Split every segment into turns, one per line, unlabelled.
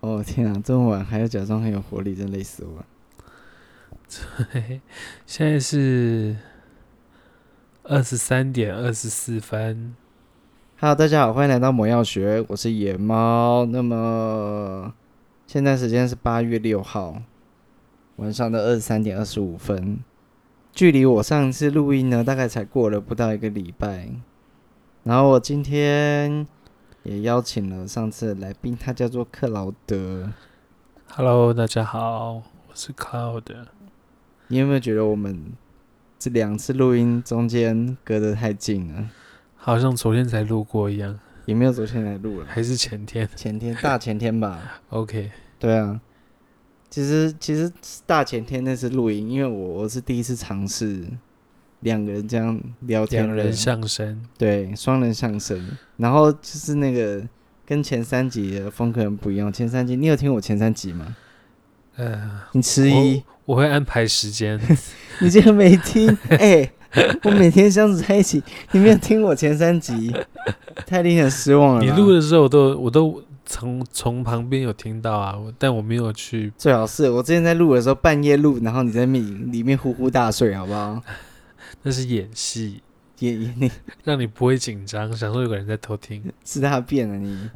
哦天啊，这么晚还要假装很有活力，真累死我了。
对，现在是二十三点二十四分。
Hello，大家好，欢迎来到魔药学，我是野猫。那么现在时间是八月六号晚上的二十三点二十五分，距离我上次录音呢，大概才过了不到一个礼拜。然后我今天也邀请了上次的来宾，他叫做克劳德。
Hello，大家好，我是 Cloud。
你有没有觉得我们这两次录音中间隔得太近了？
好像昨天才路过一样，
也没有昨天来录了，
还是前天。
前天大前天吧。
OK，
对啊，其实其实大前天那次录音，因为我我是第一次尝试两个人这样聊天
两
的，
人相声。
对双人相声，然后就是那个跟前三集的风格很不一样。前三集你有听我前三集吗？
嗯、
你迟疑，
我会安排 时间。
你竟然没听？ 哎、我每天相处在一起，你没有听我前三集，太令人失望了
你
啦。
录的时候，我都我都从从旁边有听到啊，我但我没有去。
最好是我之前在录的时候半夜录，然后你在里里面呼呼大睡，好不好？
那是演戏，
也也你
让你不会紧张，想说有个人在偷听。
吃大便了 你。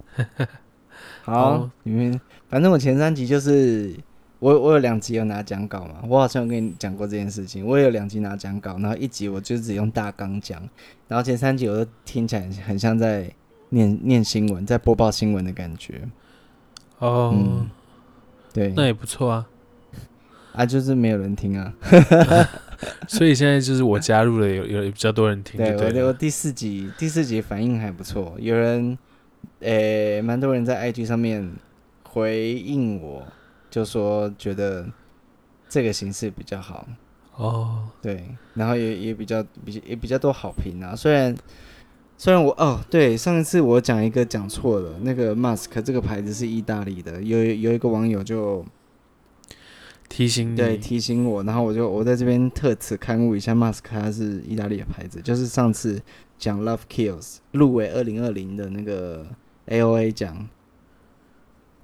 好
好，
你们反正我前三集就是我我有两集有拿讲稿嘛，我好像有跟你讲过这件事情，我也有两集拿讲稿，然后一集我就只用大纲讲，然后前三集我都听起来很像在念念新闻，在播报新闻的感觉。
哦、
嗯对，
那也不错啊。
啊，就是没有人听啊。
所以现在就是我加入了有，有有比较多人听
对，
就
我
对
的我
了。
第四集第四集反应还不错，有人，诶、蛮多人在 IG 上面回应我，就说觉得这个形式比较好，
哦，
对，然后也也比较比较也比较多好评啊。虽然虽然我哦，对，上一次我讲一个讲错了，那个 Mask 这个牌子是意大利的，有有一个网友就
提醒你，
对提醒我，然后我就我在这边特此刊物一下，Mask 它是意大利的牌子，就是上次讲 Love Kills 入围二零二零的那个 AOA 奖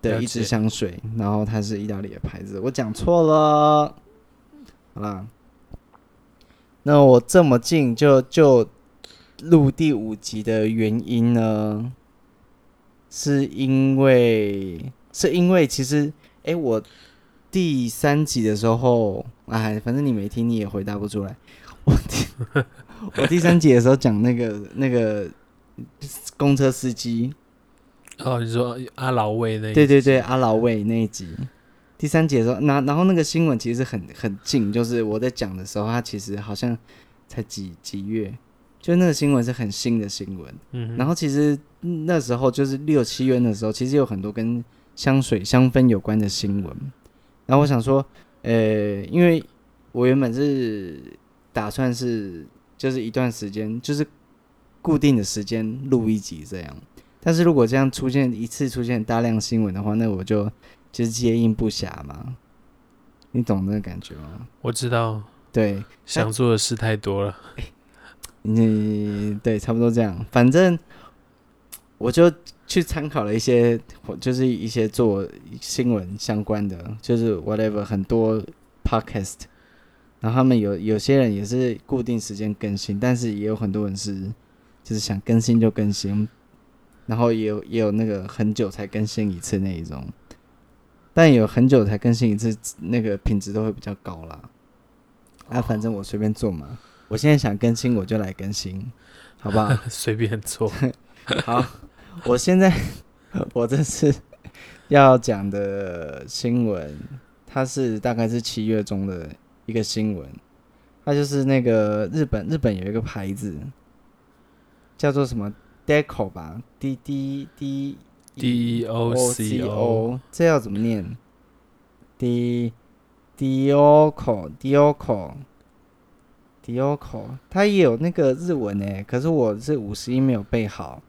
的
了
一支
解
香水，然后它是意大利的牌子，我讲错了，好啦，那我这么近就就录第五集的原因呢，是因为是因为其实诶，我第三集的时候，哎，反正你没听，你也回答不出来。我 第我第三集的时候讲那个那个公车司机，
哦，你说阿老魏那一
对对对，阿
嗯
老魏那一集，第三集的时候，那然后那个新闻其实很很近，就是我在讲的时候，它其实好像才几几月，就那个新闻是很新的新闻。
嗯哼，
然后其实嗯那时候就是六七月的时候，其实有很多跟香水香氛有关的新闻。然后我想说，呃，因为我原本是打算是就是一段时间，就是固定的时间录一集这样。但是如果这样出现一次出现大量新闻的话，那我就就是接应不暇嘛。你懂那个感觉吗？
我知道
对，
想做的事太多了。
你对，差不多这样。反正我就去参考了一些，就是一些做新闻相关的，就是 whatever 很多 podcast，然后他们有有些人也是固定时间更新，但是也有很多人是就是想更新就更新，然后也有也有那个很久才更新一次那一种，但有很久才更新一次，那个品质都会比较高啦。啊，反正我随便做嘛。我现在想更新，我就来更新，好不好？
随便 做。
好，我现在我这次要讲的新闻，它是大概是七月中的一个新闻，它就是那个日本日本有一个牌子叫做什么 Deco 吧，D D D E
D O C O，
O，这要怎么念？D Dioco Dioco Dioco，它也有那个日文诶，可是我是五十音没有背好。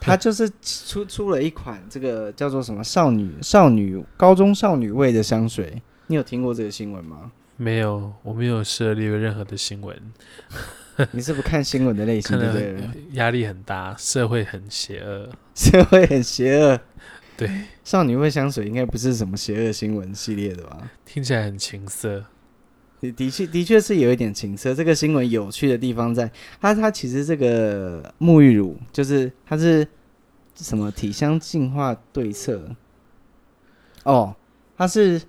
它就是出出了一款这个叫做什么少女少女高中少女味的香水，你有听过这个新闻吗？
没有，我没有涉猎任何的新闻，
你是不看新闻的类型
看
对不
了
对了？
压力很大，社会很邪恶。
社会很邪恶，
对，
少女味香水应该不是什么邪恶新闻系列的吧？
听起来很情色。
的的确的确是有一点情色。这个新闻有趣的地方在，它它其实这个沐浴乳就是它是什么体香净化对策哦，它是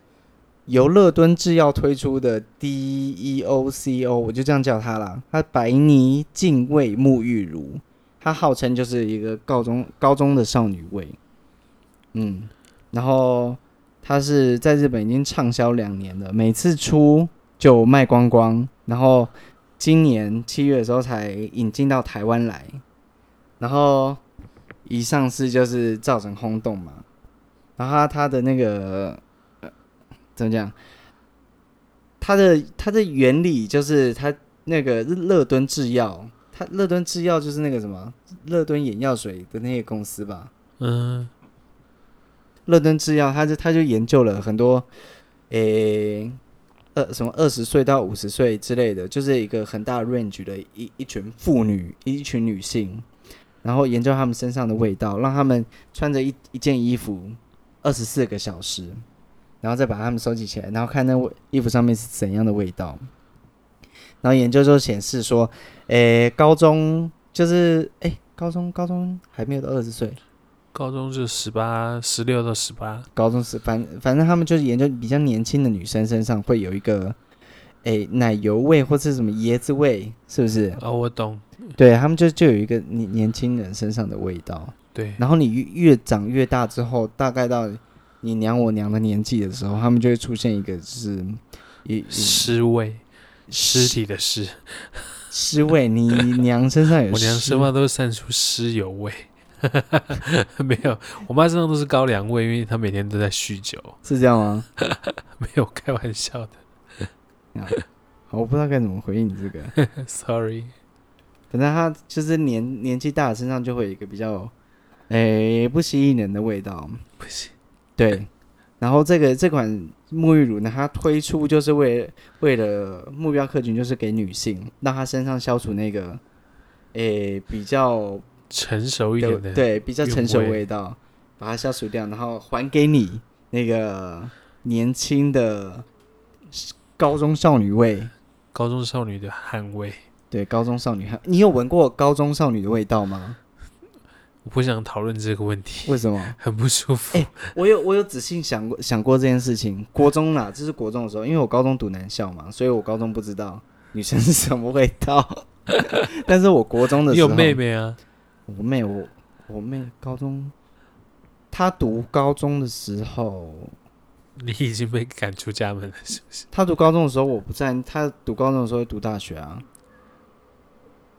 由乐敦制药推出的 E DEOCO，我就这样叫它啦。它白泥净味沐浴乳，它号称就是一个高中高中的少女味，嗯，然后。它是在日本已经畅销两年了，每次出就卖光光，然后今年七月的时候才引进到台湾来，然后一上市就是造成轰动嘛。然后它它的那个、呃怎么讲？它的它的原理就是它那个日乐敦制药，它乐敦制药就是那个什么乐敦眼药水的那个公司吧？
嗯，
乐登制药，他就他就研究了很多，诶、呃，什么二十岁到五十岁之类的，就是一个很大 range 的一一群妇女，一群女性，然后研究她们身上的味道，让她们穿着一一件衣服二十四个小时，然后再把它们收集起来，然后看那味衣服上面是怎样的味道。然后研究就显示说，诶、高中就是诶、高中高中还没有到二十岁，
高中就十八、十六到十八，
高中是反反正他们就是研究比较年轻的女生身上会有一个，诶、奶油味或是什么椰子味，是不是？
哦，我懂，
对他们就就有一个年年轻人身上的味道。
对，
然后你越越长越大之后，大概到你娘我娘的年纪的时候，他们就会出现一个就是一
尸味，尸体的尸，
尸味。你娘身上有
我娘
尸
身上都散出尸油味， 没有，我妈身上都是高粱味，因为她每天都在酗酒，
是这样吗？啊
没 有开玩笑的
好，我不知道该怎么回应你 这个。
，sorry，
反正他就是年年纪大的身上就会有一个比较，诶、不吸引人的味道。
不行，
对，然后这个这款沐浴乳呢，它推出就是为为了目标客群就是给女性，让她身上消除那个，诶、比较
成熟一
的
点的，，
对比较
韵
成熟
味
味道，把它消除掉，然后还给你那个年轻的高中少女味。
高中少女的汗味，
对，高中少女，你有闻过高中少女的味道吗？
我不想讨论这个问题，
为什么？
很不舒服，
我有我有仔细想过想过这件事情。国中啦，这是国中的时候，因为我高中读男校嘛，所以我高中不知道女生是什么味 道。但是我国中的
你
时候，
有妹，妹啊？
我妹我我妹高中，她读高中的时候，
你已经被赶出家门了，是不是？
她读高中的时候我不在，她读高中的时候会读大学啊。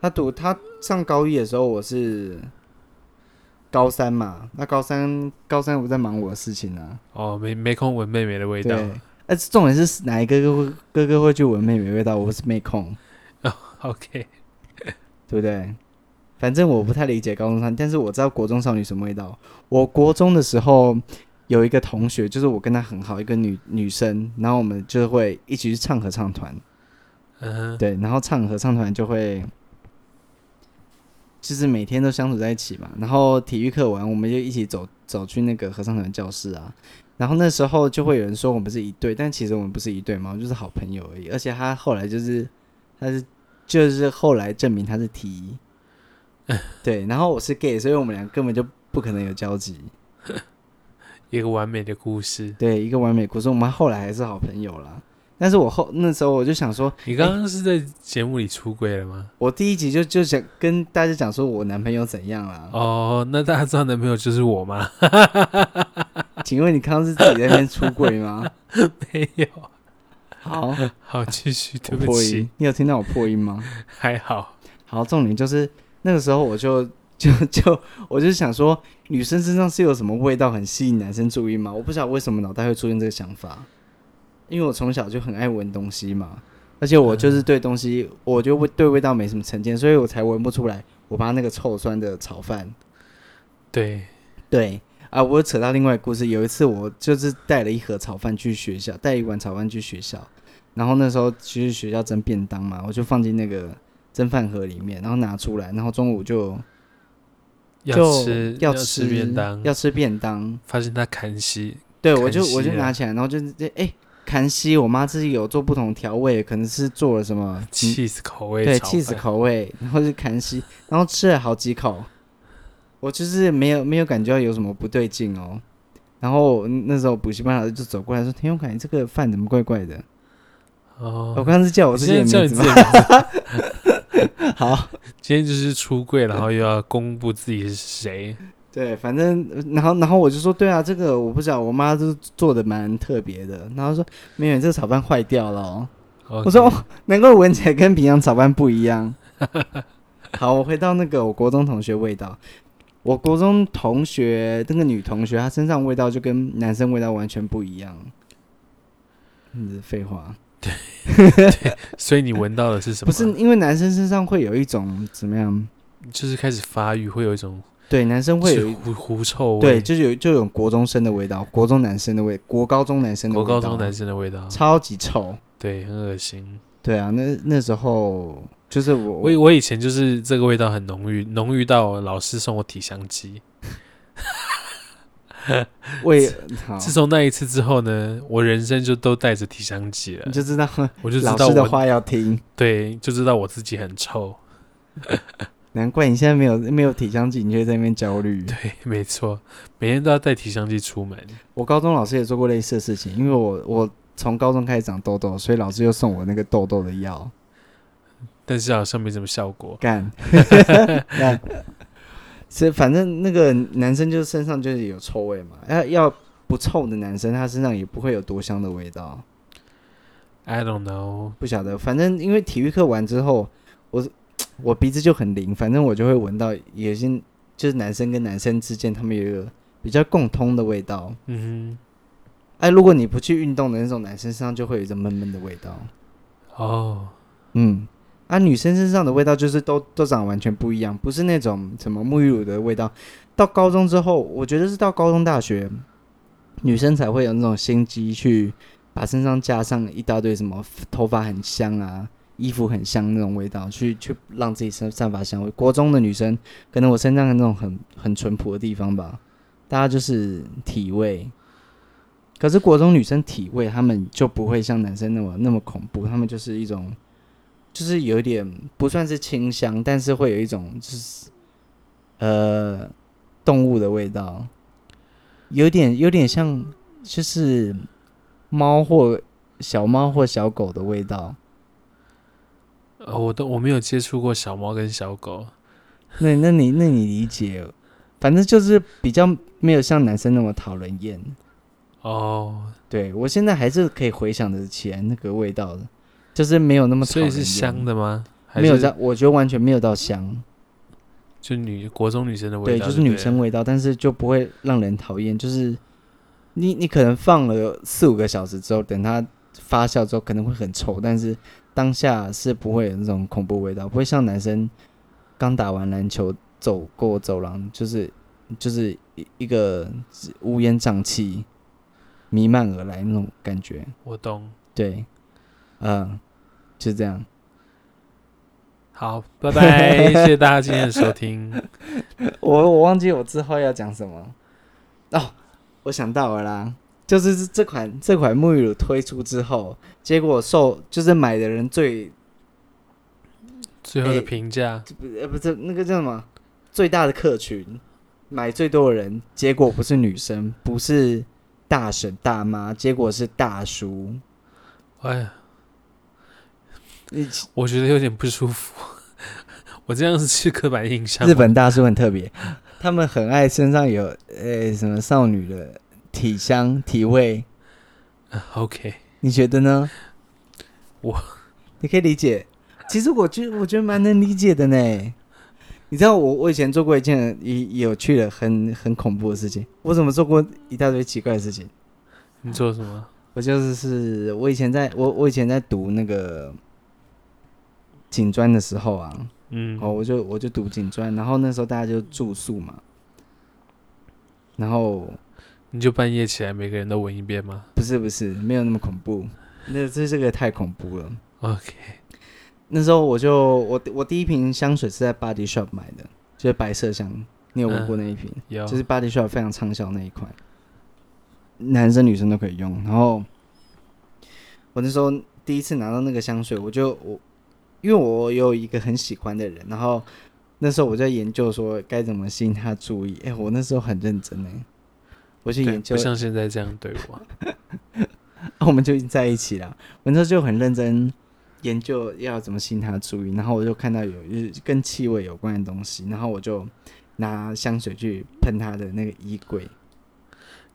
她读她上高一的时候我是高三嘛，那高三高三我在忙我的事情啊。
哦，没没空闻妹妹的味道，
对，呃，重点是哪一个哥哥哥哥会去闻妹妹味道？我是妹控，
OK，
对不对？反正我不太理解高中生，但是我知道国中少女什么味道。我国中的时候有一个同学，就是我跟她很好，一个女女生，然后我们就会一起去唱合唱团，
嗯哼，
对，然后唱合唱团就会。就是每天都相处在一起嘛，然后体育课完，我们就一起走走去那个合唱团教室啊。然后那时候就会有人说我们是一对，但其实我们不是一对嘛，我们就是好朋友而已。而且他后来就是，他是就是后来证明他是 T，对，然后我是 gay，所以我们俩根本就不可能有交集。
一个完美的故事。
对，一个完美故事，我们后来还是好朋友啦。但是我后那时候我就想说，
你刚刚是在节目里出轨了吗？
我第一集就就想跟大家讲说我男朋友怎样啦。
哦，那大家知道男朋友就是我吗？
请问你刚刚是自己在那边出轨吗？
没有。
好，
好，继续，
我
对不
破音
起，，
你有听到我破音吗？
还好。
好，重点就是那个时候我就就 就我就想说，女生身上是有什么味道很吸引男生注意吗？我不晓得为什么脑袋会出现这个想法，因为我从小就很爱闻东西嘛，而且我就是对东西，我就味对味道没什么成见，所以我才闻不出来我妈那个臭酸的炒饭。
对，
对啊，我扯到另外一个故事。有一次，我就是带了一盒炒饭去学校，带一碗炒饭去学校。然后那时候其实学校蒸便当嘛，我就放进那个蒸饭盒里面，然后拿出来，然后中午就
要
就
吃
要
吃便当，
要嗯吃便当。
发现他砍西，
对，我就
砍西
我就
啊
拿起来，然后就是哎，看西，我妈自己有做不同调味，可能是做了什么嗯
cheese 口味
对
炒
cheese
饭，
口味，然后是砍西，然后吃了好几口，我就是没有没有感觉到有什么不对劲哦。然后那时候补习班老师就走过来说：“田勇凯，你这个饭怎么怪怪的？”我
哦，
刚刚是叫我
我
自己的
叫
名
你
字
自己
吗？
的名字，
好，
今天就是出柜，然后又要公布自己是谁，
对，反正然后然后我就说：“对啊，这个我不知道，我妈就是做的蛮特别的。”然后说：“没有，你这个炒饭坏掉了、哦。”我
我
说、哦，难怪闻起来跟平常炒饭不一 样。好，我回到那个我国中同学味道。我国中同学那个女同学，她身上味道就跟男生味道完全不一样。嗯，废话，
所以你闻到的是什么？
不是因为男生身上会有一种怎么样？
就是开始发育，会有一种
对，男生会
是
有一
狐狐臭
对，
味，
就是有就有国中生的味道，国中男生的味，国高中男生的
国
味道，
高中男生的味道，
超级臭。
对，很恶心。
对啊，那那时候就是我
我我以前就是这个味道很浓郁，浓郁到老师送我体香机。
味好，
自从那一次之后呢，我人生就都带着体香机了
你，就知道
我就知
老
道
师的
我
话要听。
对，就知道我自己很臭。
难怪你现在没有没有体香剂，你就会在那边焦虑。
对，没错，每天都要带体香机出门。
我高中老师也做过类似的事情，因为我我从高中开始长痘痘，所以老师又送我那个痘痘的药。
但是好像没什么效果。
干， 干，是反正那个男生就是身上就是有臭味嘛，要要不臭的男生，他身上也不会有多香的味道。
I don't know，
不晓得，反正因为体育课完之后，我我鼻子就很灵，反正我就会闻到有些就是男生跟男生之间他们有一个比较共通的味道。
嗯
哎，如果你不去运动的那种男生身上就会有一种闷闷的味道。
哼，哦，
嗯，啊，女生身上的味道就是都都长得完全不一样，不是那种什么沐浴乳的味道。到高中之后，我觉得是到高中大学，女生才会有那种心机去把身上加上一大堆什么头发很香啊。衣服很香那种味道，去去让自己身散发香味。国中的女生，可能我身上的那种很很淳朴的地方吧，大家就是体味。可是国中女生体味，她们就不会像男生那么那么恐怖，她们就是一种，就是有一点不算是清香，但是会有一种就是，呃，动物的味道，有点有点像就是猫或小猫或小狗的味道。
呃我都我没有接触过小猫跟小狗，
那那你那你理解，反正就是比较没有像男生那么讨人厌。
哦，
对我现在还是可以回想得起来那个味道的，就是没有那么讨
所以
人
是
厌
香，的吗？还
没有
是
到，我觉得完全没有到香，
就女国中女生的味
对，
道，
就是女生。味道，但是就不会让人讨厌。就是你你可能放了四五个小时之后，等它发酵之后可能会很臭，但是当下是不会有那种恐怖味道，不会像男生刚打完篮球走过走廊，就是就是一一个乌烟瘴气弥漫而来那种感觉。
我懂。
对，嗯，就这样。
好，拜 拜，谢谢大家今天的收听。
我我忘记我之后要讲什么。哦，我想到了啦，就是这这款这款沐浴乳推出之后，结果受就是买的人最
最后的
哎
评价，
呃不是那个叫什么最大的客群，买最多的人，结果不是女生，不是大婶大妈，结果是大叔。
哎呀，
你
我觉得有点不舒服。 我这样子是刻板印象吗。
日本大叔很特别，他们很爱身上有呃什么少女的体香体味，
啊 OK，
你觉得呢？
我，
你可以理解。其实我觉我觉得蛮能理解的呢。你知道我我以前做过一件一有趣的很很恐怖的事情，我怎么做过一大堆奇怪的事情？
你做什么？
我就是是我以前在我我以前在读那个警专的时候啊，
嗯，
哦，我就我就读警专，然后那时候大家就住宿嘛，然后
你就半夜起来，每个人都闻一遍吗
不是不是没有那么恐怖，那这这个太恐怖了。
？OK，
那时候我就我我第一瓶香水是在 Body Shop 买的，就是白色香，你有闻过那一瓶？
嗯有，
就是 Body Shop 非常畅销那一款，男生女生都可以用。然后我那时候第一次拿到那个香水，我就我因为我有一个很喜欢的人，然后那时候我在研究说该怎么吸引他注意。哎、我那时候很认真哎、我去
对
研究
不，像现在这样对我。
啊 我们就已经在一起了。我那时候就很认真研究要怎么吸引他注意，然后我就看到有就是跟气味有关的东西，然后我就拿香水去喷他的那个衣柜。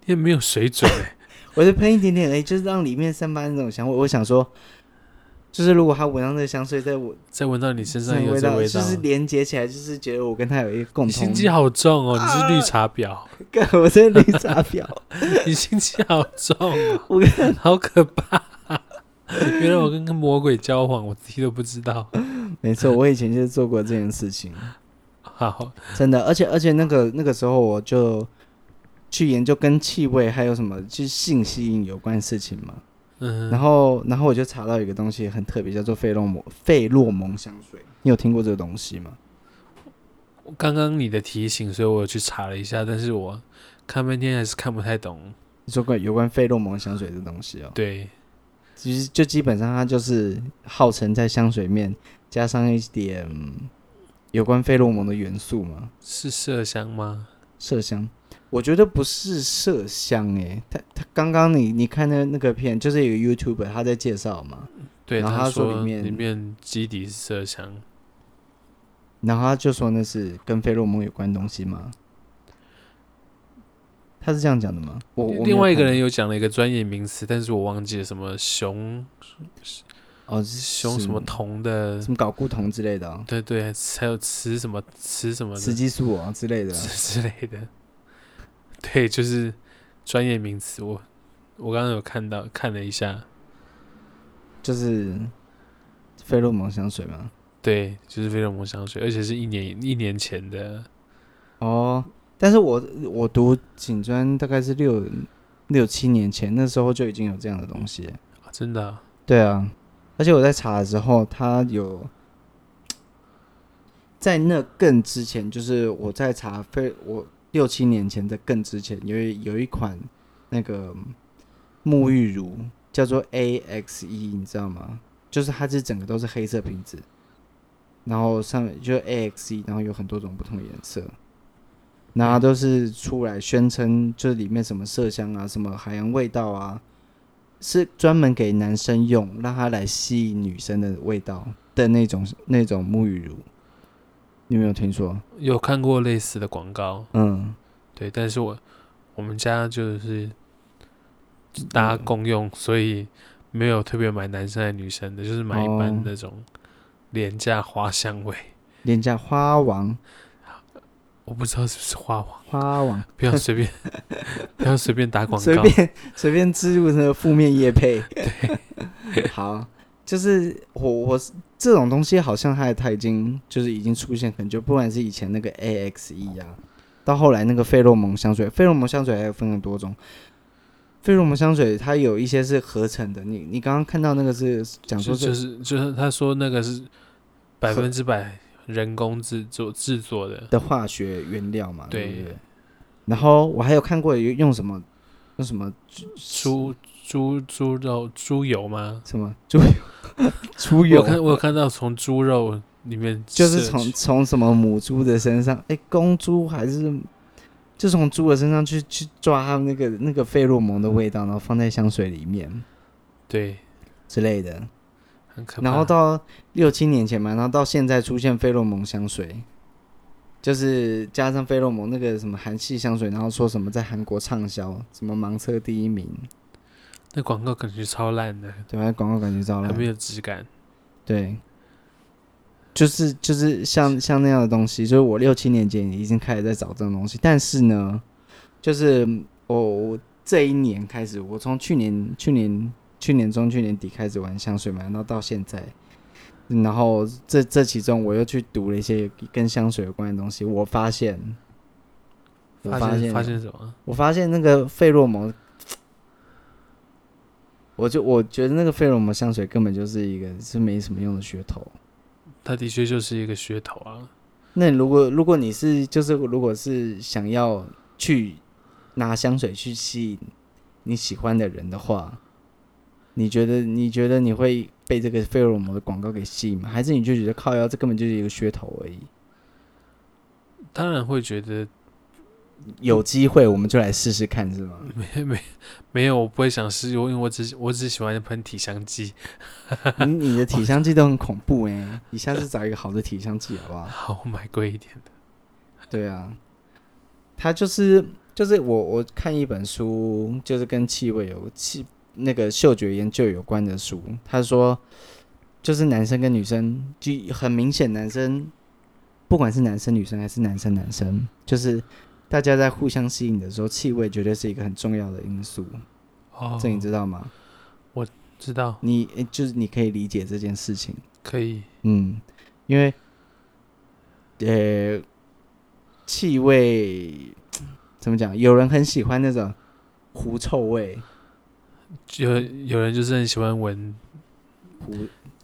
你也没有水准欸、
我就喷一点点而已，就是让里面散发那种香味。我想说，就是如果他闻到那个香水，在我
再闻到你身
那
上
个
有这
道，
味
就是连接起来，就是觉得我跟他有一个共
你
同
心。机好重
啊
哦，你是绿茶婊，
干，我真的绿茶 婊，
你心机好重哦，
我
好可怕、原来我跟跟魔鬼交往，我自己都不知道。
没错，我以前就是做过这件事情，
好，
真的。而且而且那个那个时候我就去研究跟气味还有什么就是性吸引有关的事情嘛。
嗯，
然后然后我就查到一个东西很特别，叫做费洛蒙费洛蒙香水。你有听过这个东西吗？
刚刚你的提醒，所以我有去查了一下，但是我看半天还是看不太懂。
你说过有关费洛蒙香水这东西哦、
对，
其实就基本上它就是号称在香水里面加上一点有关费洛蒙的元素嘛，
是麝香吗？
麝香。我觉得不是麝香诶、他他刚刚你你看那那个片，就是有个 YouTuber 他在介绍嘛，
对，
然后
他
他说
说
里面
基底是麝香，
然后他就说那是跟费洛蒙有关的东西嘛，他是这样讲的吗？我我没有
另外一个
看
人有讲了一个专业名词，但是我忘记了什么熊
哦是
熊什么铜的
什，么睾固酮之类的、哦，
对对，还有雌什么雌什么的
雌激素啊、之类的啊，
之之类的。对，就是专业名词。我我刚刚有看到看了一下，
就是费洛蒙香水嘛。
对，就是菲洛蒙香水，而且是一年一年前的。
哦，但是我我读警专大概是六六七年前，那时候就已经有这样的东西了。
啊真的啊、
对啊，而且我在查的时候，它有在那更之前，就是我在查非我六七年前的更之前，有一有一款那个沐浴乳叫做 AXE，你知道吗？就是它是整个都是黑色瓶子，然后上面就 AXE，然后有很多种不同颜色。然后它都是出来宣称，就是里面什么麝香啊，什么海洋味道啊，是专门给男生用，让它来吸引女生的味道的那种那种沐浴乳。你有没有听说？
有看过类似的广告，
嗯，
对，但是我我们家就是
嗯
大家共用，所以没有特别买男生还是女生的，就是买一
哦
般那种廉价花香味。
廉价花王，
我不知道是不是花王，
花王，
不要 随便，不要随便打广
随
告。
便随便植入那个负面叶 配。 好，就是我我这种东西好像它它已经就是已经出现很久，不管是以前那个 AXE 啊，到后来那个费洛蒙香水，费洛蒙香水还有分很多种。费洛蒙香水它有一些是合成的，你你刚刚看到那个是讲说
就
是
就是就是他说那个是百
合
分之百人工制作制作的，
的化学原料嘛，对
对
不对？然后我还有看过有用什么用什么
猪猪猪肉猪油吗？
什么猪油猪
我
油
有，看我有看到从猪肉里面
就是
摄
从
取
从什么母猪的身上，哎，公猪还是就从猪的身上去去抓它们那个那个费洛蒙的味道，然后放在香水里面
对
之类的。
很可怕。
然后到六七年前嘛，然后到现在出现费洛蒙香水，就是加上费洛蒙那个什么韩系香水，然后说什么在韩国畅销，什么盲测第一名，
那广告感觉超烂的，
对吧？广告感觉到
还
了，
没有质感。
对，就是就是像像那样的东西，就是我六七年前已经开始在找这种东西，但是呢，就是我我这一年开始，我从去年去年去年中去年底开始玩香水嘛，然后到现在。然后这这其中我又去读了一些跟香水有关的东西，我发现，我
发
现
发现什么？
我发现那个费洛蒙，我就我觉得那个费洛蒙香水根本就是一个是没什么用的噱头。
它的确就是一个噱头啊，
那如果如果你是就是如果是想要去拿香水去吸引你喜欢的人的话，你觉得你觉得你会被这个费洛蒙的广告给吸引吗？还是你就觉得靠腰这根本就是一个噱头而已？
当然会觉得
有机会我们就来试试看，是吗？
没没没有，我不会想试，因为我只我只喜欢喷体香剂。
你你的体香剂都很恐怖哎、你下次找一个好的体香剂好不好？
好，我买贵一点的。
对啊，它就是就是我我看一本书，就是跟气味有气那个嗅觉研究有关的书，他说就是男生跟女生就很明显，男生不管是男生女生还是男生男生，就是大家在互相吸引的时候，气味绝对是一个很重要的因素，
哦，
这你知道吗？
知道
你诶就是你可以理解这件事情。
可以，
嗯，因为呃，气味怎么讲？有人很喜欢那种狐臭味，
有有人就是很喜欢闻，
狐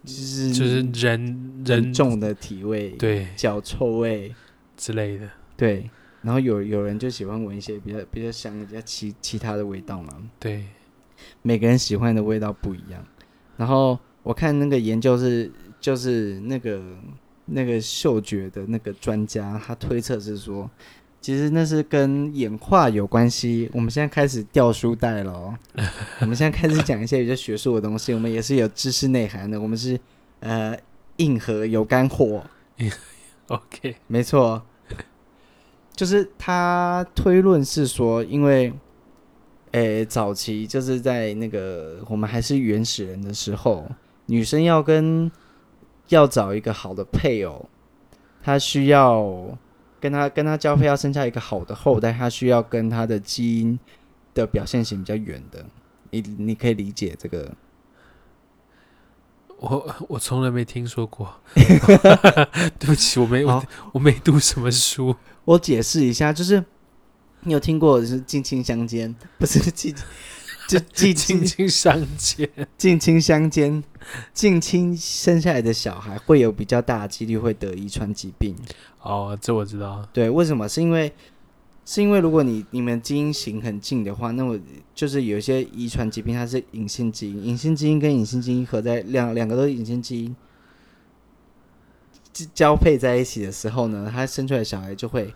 就是
就是人人
很重的体味，，
对
脚臭味，
之类的。
对。然后有有人就喜欢闻一些比较比较香、比较其其他的味道嘛。
对，
每个人喜欢的味道不一样。然后我看那个研究是，就是那个那个嗅觉的那个专家，他推测是说，其实那是跟演化有关系。我们现在开始掉书袋了、哦，我们现在开始讲一些比较学术的东西，我们也是有知识内涵的，我们是呃硬核有干货。
OK，
没错，就是他推论是说，因为，诶、早期就是在那个我们还是原始人的时候，女生要跟要找一个好的配偶，她需要跟她跟她交配，要生下一个好的后代，她需要跟她的基因的表现型比较远的，你你可以理解这个
我我从来没听说 过，对不起，我没我
好
我没读什么书。
我解释一下，就是你有听过就是近亲相奸，不是近，就 近
轻
亲
轻相见，
近亲相奸，近亲生下来的小孩会有比较大的几率会得遗传疾病。
哦，这我知道。
对，为什么？是因为是因为如果你你们基因型很近的话，那么就是有一些遗传疾病它是隐性基因，隐性基因跟隐性基因合在两两个都是隐性基因交交配在一起的时候呢，它生出来的小孩就会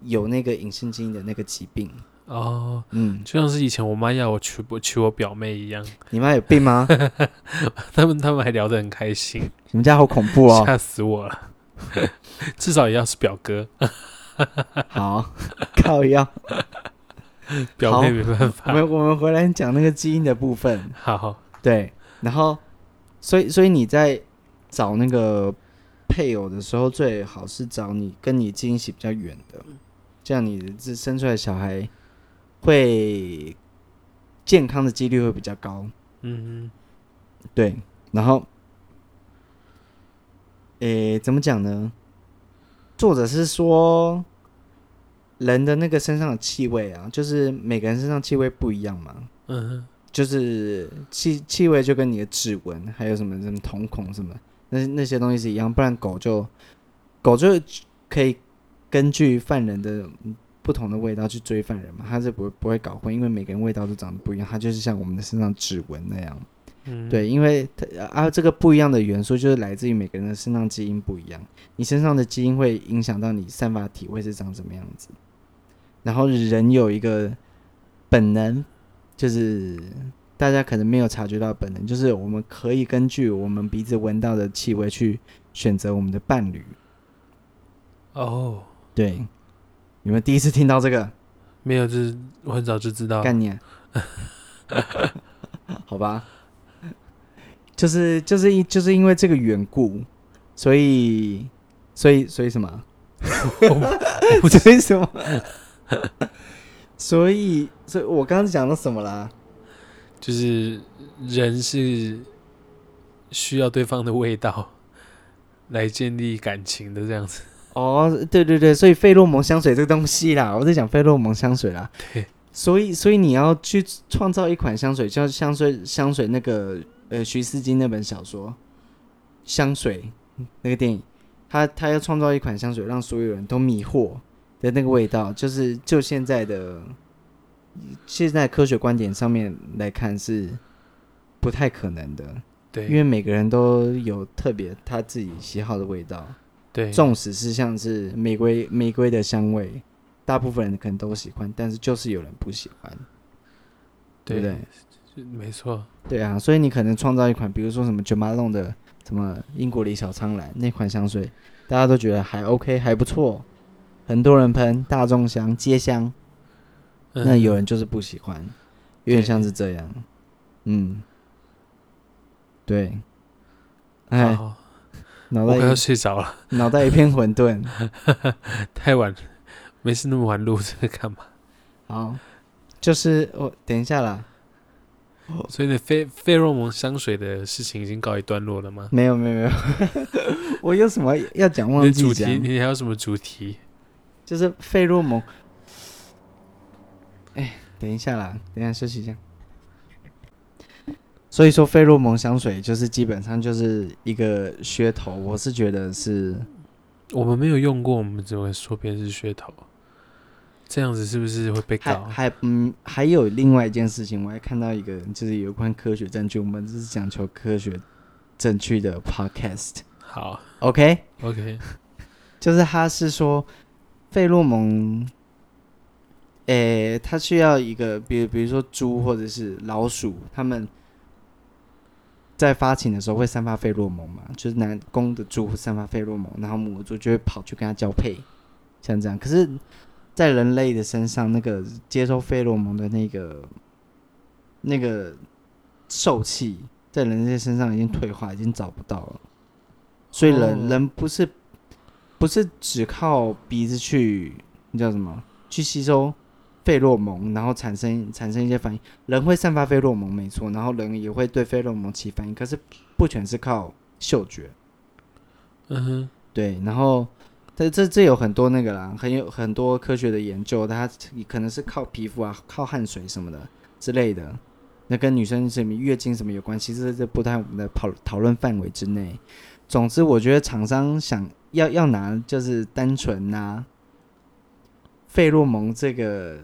有那个隐性基因的那个疾病。
哦，
嗯，
就像是以前我妈要我娶我娶我表妹一样，
你妈有病吗？
他们他们还聊得很开心，
你们家好恐怖哦！
吓死 我了。至少也要是表哥，
好，靠腰。
表妹没办
我
法。
们我们回来讲那个基因的部分，
好，
对，然后，所以所以你在找那个配偶的时候，最好是找你跟你基因系比较远的，这样你这生出来的小孩会健康的几率会比较高。
嗯，
对，然后，诶，怎么讲呢？作者是说，人的那个身上的气味啊，就是每个人身上气味不一样嘛，
嗯，
就是气气味就跟你的指纹还有什么什么瞳孔什么那那些东西是一样，不然狗就狗就可以根据犯人的不同的味道去追犯人嘛，它是不会不会搞混，因为每个人味道都长得不一样，它就是像我们的身上指纹那样。
嗯，
对，因为它啊这个不一样的元素就是来自于每个人的身上基因不一样，你身上的基因会影响到你散发的体味是长什么样子。然后人有一个本能，就是大家可能没有察觉到的本能，就是我们可以根据我们鼻子闻到的气味去选择我们的伴侣。
哦，
对，你们第一次听到这个
没有，就是我很早就知道。
概念， 好吧？就是就是因就是因为这个缘故，所以所以所以什 么？
不
所以什么？ 所以所以我刚刚讲到什么啦？
就是人是需要对方的味道来建立感情的这样子。
哦，对对对，所以费洛蒙香水这个东西啦， 我在讲费洛蒙香水啦。
对，
所以所以你要去创造一款香水，叫香水香水那个呃徐斯金那本小说《香水》那个电影，他他要创造一款香水，让所有人都迷惑的那个味道，就是就现在的现在科学观点上面来看是不太可能的，因
对
为每个人都有特别他自己喜好的味道，
对，
纵使是像是玫瑰玫瑰的香味，大部分人可能都喜欢，但是就是有人不喜欢，对
对
不对？
没错，
对啊，所以你可能创造一款，比如说什么 j o m a l o n 的什么英国李小苍兰那款香水，大家都觉得还 OK，还不错，很多人喷，大众香、街香，
嗯，
那有人就是不喜欢，有点
对
像是这样，嗯，对，
好
哎，
好
脑
我快
袋
要
一
睡着了，
脑袋一片混沌，
太晚了，没事那么晚录这个干嘛？
好，就是我等一下啦，哦
所以你费费洛蒙香水的事情已经告一段落了吗？
没有没有没 有，我有什么要讲
你
忘
的
记
主
讲
题，，你还有什么主题？
就是费洛蒙。哎，等一下啦，等一下休息一下。所以说，费洛蒙香水就是基本上就是一个噱头，我是觉得是
我们没有用过，我们只会说别人是噱头，这样子是不是会被
还
告？
还嗯还有另外一件事情，我还看到一个就是有关科学证据，我们这是讲求科学证据的 podcast。
好
OK，
，OK，
就是他是说费洛蒙，诶、他需要一个，比如比如说猪或者是老鼠，他们在发情的时候会散发费洛蒙嘛，就是男公的猪会散发费洛蒙，然后母的猪就会跑去跟它交配，像这样。可是，在人类的身上，那个接收费洛蒙的那个那个受气，在人类身上已经退化，已经找不到了。所以人、
哦
人不是不是只靠鼻子去，那叫什么？去吸收费洛蒙，然后产生产生一些反应。人会散发费洛蒙，没错，然后人也会对费洛蒙起反应，可是不全是靠嗅觉。
嗯哼，
对，然后这这这有很多那个啦，很有很多科学的研究，它可能是靠皮肤啊、靠汗水什么的之类的，那跟女生什么月经什么有关系，这这不在我们的讨讨论范围之内。总之，我觉得厂商想要要拿就是单纯拿、费洛蒙这个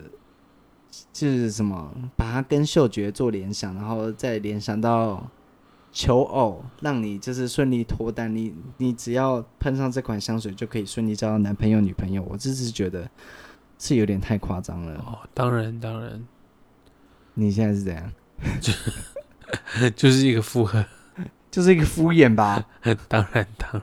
就是什么，把它跟嗅觉做联想，然后再联想到求偶，让你就是顺利脱单。你你只要喷上这款香水，就可以顺利交到男朋友、女朋友。我只是觉得是有点太夸张了。
哦，当然当然，
你现在是怎样？
就是一个附和，
就是一个敷衍 吧。
当然当然。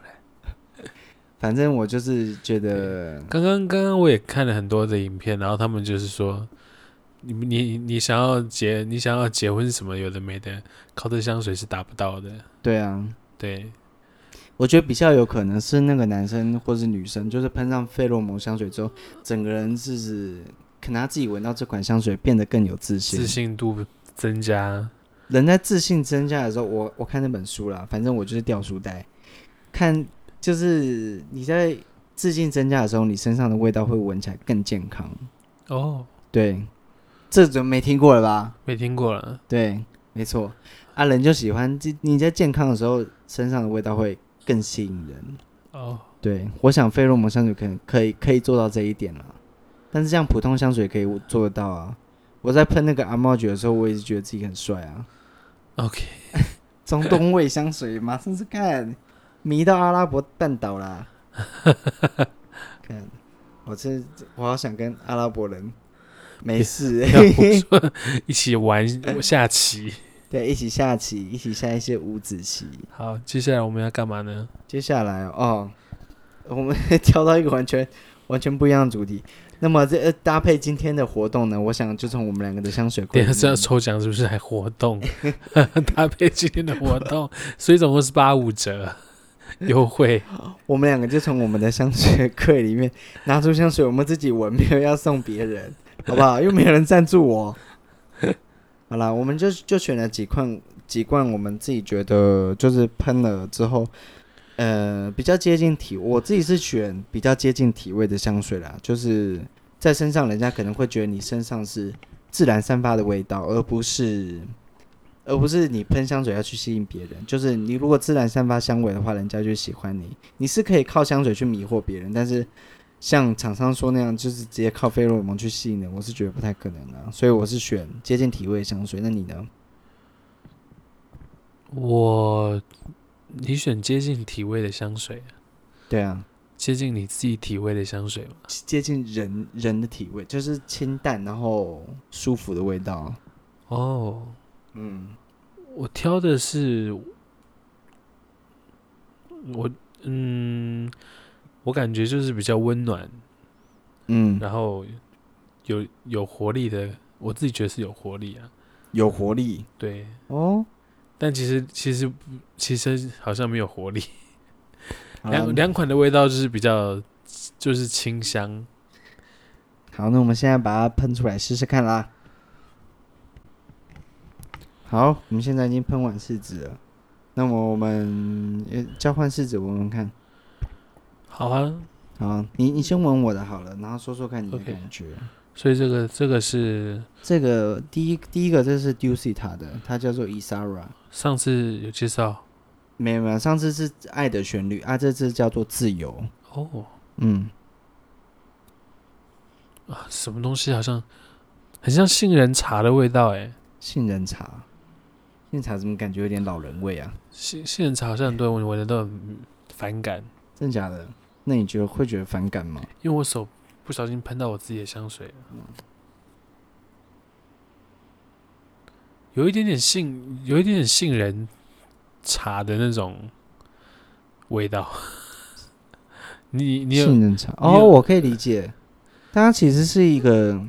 反正我就是觉得，
刚刚刚刚我也看了很多的影片，然后他们就是说，你你你想要结你想要结婚什么有的没的，靠这香水是达不到的。
对啊，
对，
我觉得比较有可能是那个男生或是女生，就是喷上费洛蒙香水之后，整个人是指可能他自己闻到这款香水变得更有自信。
自信度增加。
人在自信增加的时候，我我看那本书啦，反正我就是掉书袋，看就是你在自信增加的时候，你身上的味道会闻起来更健康。
哦，
对，这种没听过了吧？
没听过了。
对，没错，啊，人就喜欢这你在健康的时候，身上的味道会更吸引人。
哦，
对，我想费洛蒙香水可能可以可以做到这一点了，但是像普通香水可以做得到啊。我在喷那个阿猫酒的时候，我也是觉得自己很帅啊。
OK
中东味香水，马上是看迷到阿拉伯半岛啦。看，我这我好想跟阿拉伯人，没事、
要我说一起玩下棋。
对，一起下棋，一起下一些五子棋。
好，接下来我们要干嘛呢？
接下来哦，我们 挑到一个完全完全不一样的主题。那么这、呃搭配今天的活动呢，我想就从我们两个的香水柜
等
里
一下
面。
是要抽奖，是不是？还活动 搭配今天的活动，所以总共是八五折优惠。
我们两个就从我们的香水柜里面拿出香水，我们自己闻，没有要送别人，好不好？又没有人赞助我。好啦，我们就就选了几罐几罐我们自己觉得就是喷了之后，呃，比较接近体，我自己是选比较接近体味的香水啦，就是在身上人家可能会觉得你身上是自然散发的味道，而不是。而不是你喷香水要去吸引别人。就是你如果自然散发香味的话，人家就喜欢你。你是可以靠香水去迷惑别人，但是像厂商说那样，就是直接靠费洛蒙去吸引人，我是觉得不太可能的、啊所以我是选接近体味的香水。那你呢？
我，你选接近体味的香水，
对啊，
接近你自己体味的香水吗？
接近人人的体味，就是清淡然后舒服的味道。
哦，
嗯，
我挑的是，我嗯，我感觉就是比较温暖，
嗯，
然后有有活力的，我自己觉得是有活力啊。
有活力
对，
哦。
但其实其实其实好像没有活力。
好啦
两两款的味道就是比较就是清香，
好，那我们现在把它喷出来试试看啦。好，我们现在已经喷完试纸了，那么我们呃交换试纸闻闻看。
好啊。
好，你你先闻我的好了，然后说说看你的
OK
感觉。
所以这个这个是
这个第一第一个这是 Ducy 塔的，它叫做 Isara。
上次有介绍
没有没有，上次是爱的旋律啊，这次叫做自由。
哦
嗯，
啊，什么东西好像很像杏仁茶的味道哎，
杏仁茶，杏仁茶怎么感觉有点老人味啊？
杏杏仁茶好像很多人闻的都很反感，
真假的？那你觉得会觉得反感吗？
因为我手不小心喷到我自己的香水了有一点点杏，有一点点杏仁茶的那种味道。 你你有
杏仁茶
你
哦，
有
我可以理解，它其实是一个，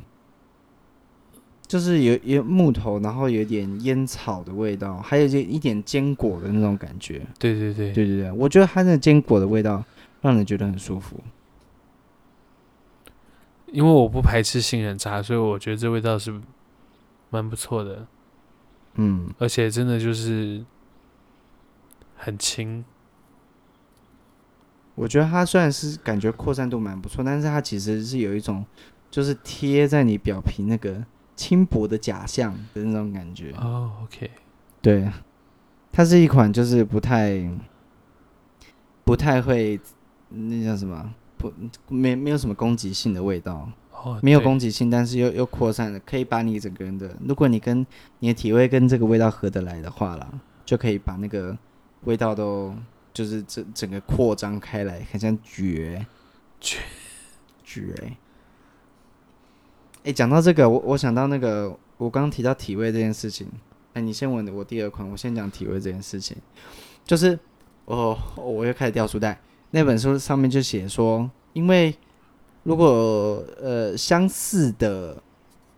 就是有有木头，然后有点烟草的味道，还有一点一点坚果的那种感觉。
对对对，
对对对，我觉得它那坚果的味道让人觉得很舒服。
因为我不排斥杏仁茶，所以我觉得这味道是蛮不错的，
嗯，
而且真的就是很轻。
我觉得它虽然是感觉扩散度蛮不错，但是它其实是有一种就是贴在你表皮那个轻薄的假象的那种感觉。
哦，OK，
对，它是一款就是不太不太会那叫什么不没没有什么攻击性的味道，
哦，
没有
对
攻击性，但是又又扩散了，可以把你整个人的，如果你跟你的体味跟这个味道合得来的话啦，就可以把那个味道都就是整整个扩张开来，很像蕨
蕨
蕨。哎、讲到这个，我我想到那个，我刚刚提到体味这件事情。哎、你先闻我第二款，我先讲体味这件事情。就是哦，我又开始掉书袋。那本书上面就写说，因为如果呃相似的，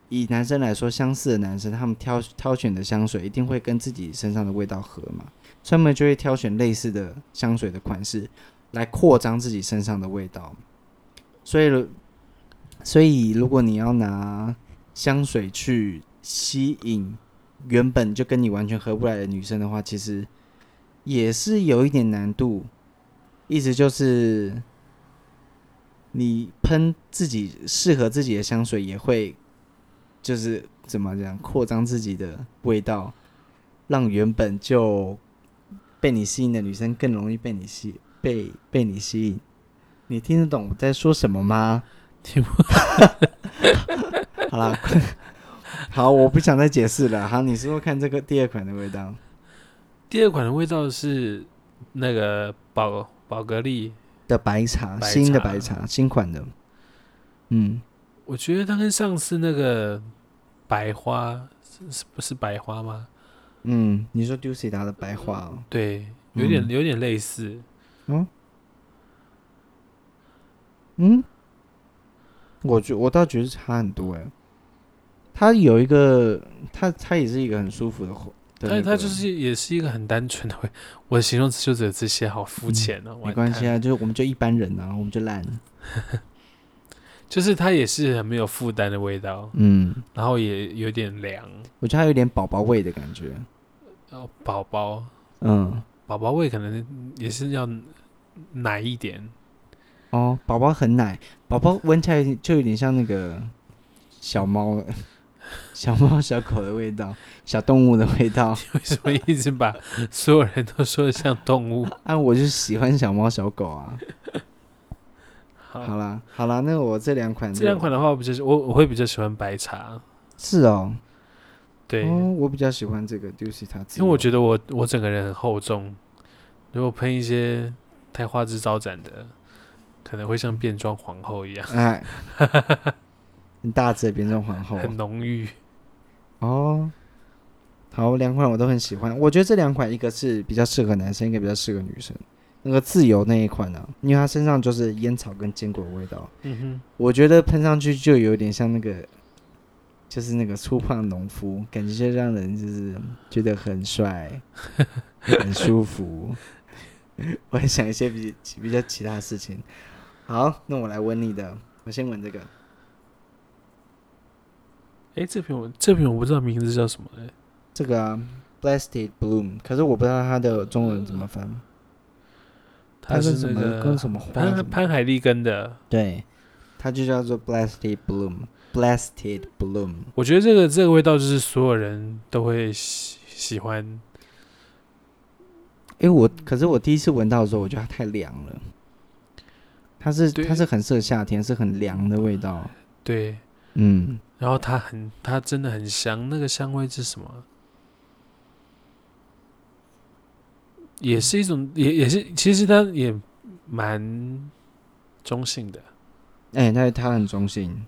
以男生来说，相似的男生他们挑挑选的香水一定会跟自己身上的味道合嘛，所以他们就会挑选类似的香水的款式来扩张自己身上的味道。所以如，所以如果你要拿香水去吸引原本就跟你完全合不来的女生的话，其实也是有一点难度。意思就是，你喷自己适合自己的香水，也会就是怎么讲，扩张自己的味道，让原本就被你吸引的女生更容易被你吸被被你吸引。你听得懂我在说什么吗？
听
不。好啦， 快好，我不想再解释了。好，你说说看这个第二款的味道，
第二款的味道是那个宝宝格丽，
的白茶，
白
新的
茶
白茶，新款的。嗯，
我觉得它跟上次那个白花是是不是白花吗？
嗯，你说 Ducy 达的白花哦，
对，有点、
嗯
有点类似，
嗯，我觉我倒觉得差很多哎。它有一个，它它也是一个很舒服的花，的
但
那
是它
个
就是也是一个很单纯的 味。我的形容词就只有这些，好肤浅哦。
没
完
关
蛋
系啊，就是我们就一般人啊，我们就烂。
就是它也是很没有负担的味道，
嗯，
然后也有点凉。
我觉得它有点宝宝味的感觉。
然后宝宝
嗯，
宝宝味可能也是要奶一点，
哦，宝宝很奶，宝宝闻起来有点就有点像那个小猫了， 小猫、小狗的味道，小动物的味 道。
为什么一直把所有人都说得像动物？
啊，我就喜欢小猫、小狗啊。
好，
好啦，好啦，那我这两款就，
这两款的话，我比较喜我我会比较喜欢白茶，
是哦，
对，
哦，我比较喜欢这个 d u c y 它，
因为我觉得我我整个人很厚重，如果喷一些太花枝招展的，可能会像变装皇后 一样，
得，哎，很大只的变成皇后啊
很浓郁。
哦。好，两款我都很喜欢。我觉得这两款，一个是比较适合男生，一个比较适合女生。那个自由那一款呢、啊，因为它身上就是烟草跟坚果的味道，
嗯
我觉得喷上去就有点像那个，就是那个粗犷农夫，感觉就让人就是觉得很帅， 很舒服。 我在想一些比比较其他事情。好，那我来闻你的，我先闻这个。
哼，哎，这瓶我这瓶我不知道名字叫什么哎，
这个啊，Blasted Bloom，可是我不知道它的中文怎么翻。它跟
是
什么、
那个
跟什么花什
潘
么？
潘海利根的。
对，它就叫做 Blasted Bloom，Blasted Bloom。
我觉得这个这个味道就是所有人都会喜喜欢，
哎、我可是我第一次闻到的时候，我觉得它太凉了。它是
对
它是很适合夏天，是很凉的味道。
对。
嗯，
然后它很它真的很香，那个香味是什么？也是一种，也也是，其实它也蛮中性的，嗯
哎、那它很中性。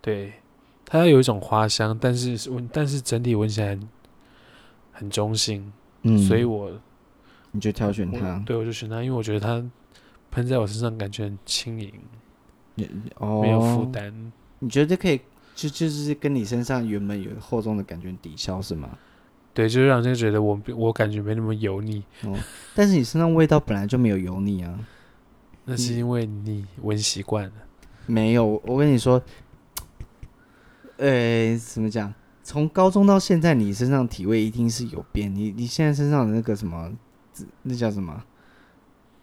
对，它有一种花香，但是是闻，但是整体闻起来很很中性，
嗯，
所以我
你就挑选
我
它。
对我就选它，因为我觉得它喷在我身上感觉很轻盈，
哦，
没有负。担，
你觉得可以，就就是跟你身上原本有厚重的感觉抵消是吗？
对，就是让人家觉得我我感觉没那么油腻，
但是你身上味道本来就没有油腻啊。
那是
嗯
因为你闻习惯了。
没有，我跟你说，呃、怎么讲？从高中到现在，你身上体味一定是有变。你你现在身上的那个什么，滋那叫什么？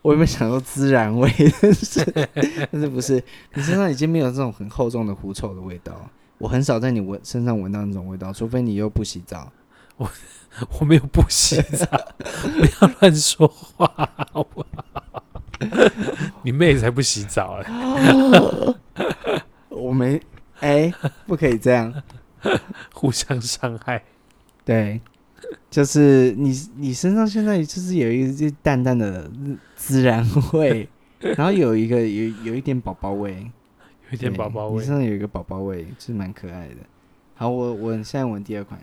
我有没有想说孜然味？ 但是但是不是？你身上已经没有这种很厚重的狐臭的味道。我很少在你闻身上闻到那种味道，除非你又不洗澡。
我没有不洗澡，不要乱说话，好不好？你妹才不洗澡哎、
我没，哎、不可以这样。
互相伤害。
对，就是你你身上现在就是有一些淡淡的孜然味，然后有一个有有一点宝宝味，
有一
对
点宝宝
你
味。
身上有一个宝宝味，是蛮可爱的。好，我我现在闻第二款，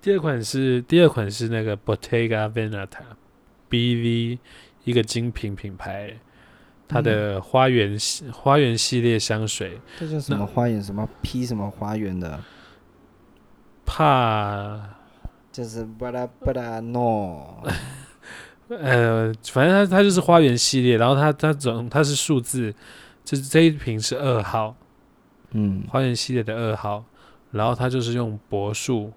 第二款是第二款是那个 Bottega Veneta，BV 一个精品品牌，它
嗯
的花园系、花园系列香水
这叫什么花园什么 P 什么花园的，
帕
就是 bada bada no，
呃，反正它它就是花园系列，然后它它总它是数字，这这一瓶是二号，
嗯
花园系列的二号，然后它就是用柏树，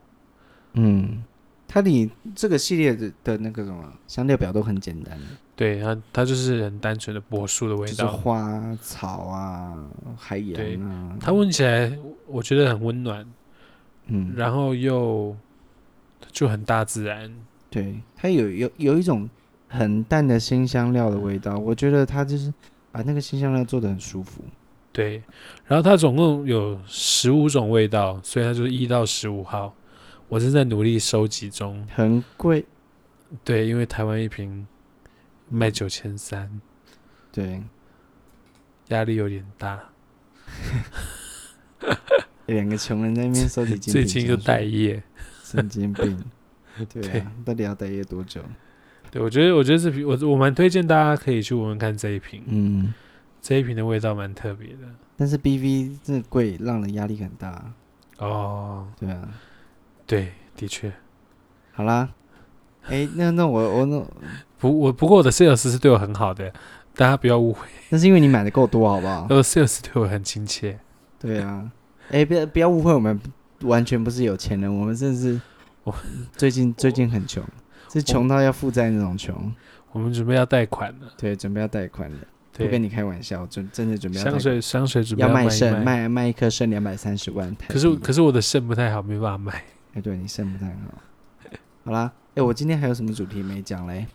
嗯，它里这个系列的的那个什么香料表都很简单的，
对它它就是很单纯的柏树的味
就是
道，
花草啊、海洋啊，
它闻起来我觉得很温暖，
嗯，
然后又就很大自然，
对，它有有有一种很淡的新香料的味道，
嗯
我觉得它就是把那个新香料做的很舒服。
对，然后它总共有十五种味道，所以它就是一到十五号，我正在努力收集中，
很贵，
对，因为台湾一瓶卖九千三，
对，
压力有点大，
两个穷人在那边收集精
最
品，
近又待，业，
神经 病。对
对
啊，到底要待业多久？
对我觉得我觉得这瓶我我蛮推荐大家可以去闻闻看这一瓶，
嗯，
这一瓶的味道蛮特别的
但是 BV 真的贵，让人压力很大。
哦。
对啊，
对，的确，
好啦，哎，那那我我那
不，我不过我的 sales 是对我很好的，大家不要误会，
那是因为你买的够多，好不好
我？的 sales 对我很亲切。
对啊，哎，不要不要误会，我们完全不是有钱人，我们真的是
我
最近最近很穷，是穷到要负债那种穷。
我们准备要贷款了，
对，准备要贷款了。不跟
对，
你开玩笑，准真的准备要
香水香水准备
要卖
卖
肾，
卖。
卖卖一颗肾两百三十万台币。
可是可是我的肾不太好，没办法卖。
哎，对你肾不太好。好啦，哎，我今天还有什么主题没讲嘞？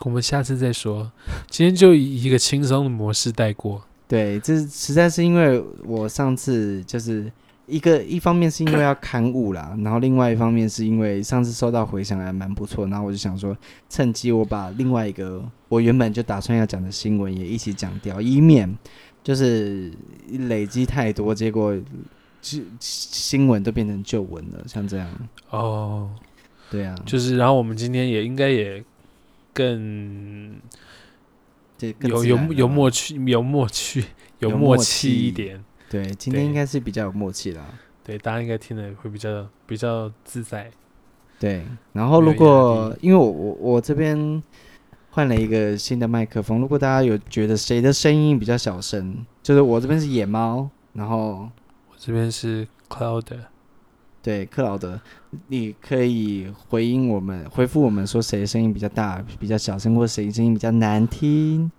我们下次再说，今天就以一个轻松的模式带过。
对，这实在是因为我上次就是一个一方面是因为要刊物啦，然后另外一方面是因为上次收到回响还蛮不错，然后我就想说趁机我把另外一个我原本就打算要讲的新闻也一起讲掉，以免就是累积太多，结果就新闻都变成旧闻了，像这样。
哦，
对啊，
就是，然后我们今天也应该也更
这更
有
自
有
然了
有
嘛
默契，有默契，有
有
默
默
契一
契
点。
对，今天
对
应该是比较有默契啦。
对，大家应该听得会比较比较自在。
对，然后
没
如
有压
果因为我我我这边换了一个新的麦克风，如果大家有觉得谁的声音比较小声，就是我这边是野猫，然后
我这边是 Cloud，
对克劳德，你可以回应我们，回复我们说谁的声音比较大、比较小声，或者谁声音比较难听，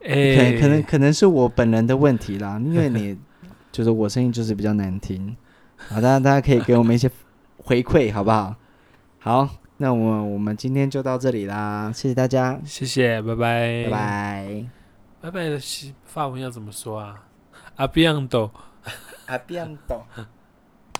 可
哎，
能可能可能是我本人的问题啦，因为你就是我声音就是比较难听，好，大家大家可以给我们一些回馈，好不好？好，那我们我们今天就到这里啦，谢谢大家，
谢谢，拜
拜
拜，
拜。
拜啊拜的西法文要怎么说啊？阿比昂斗。
阿变懂。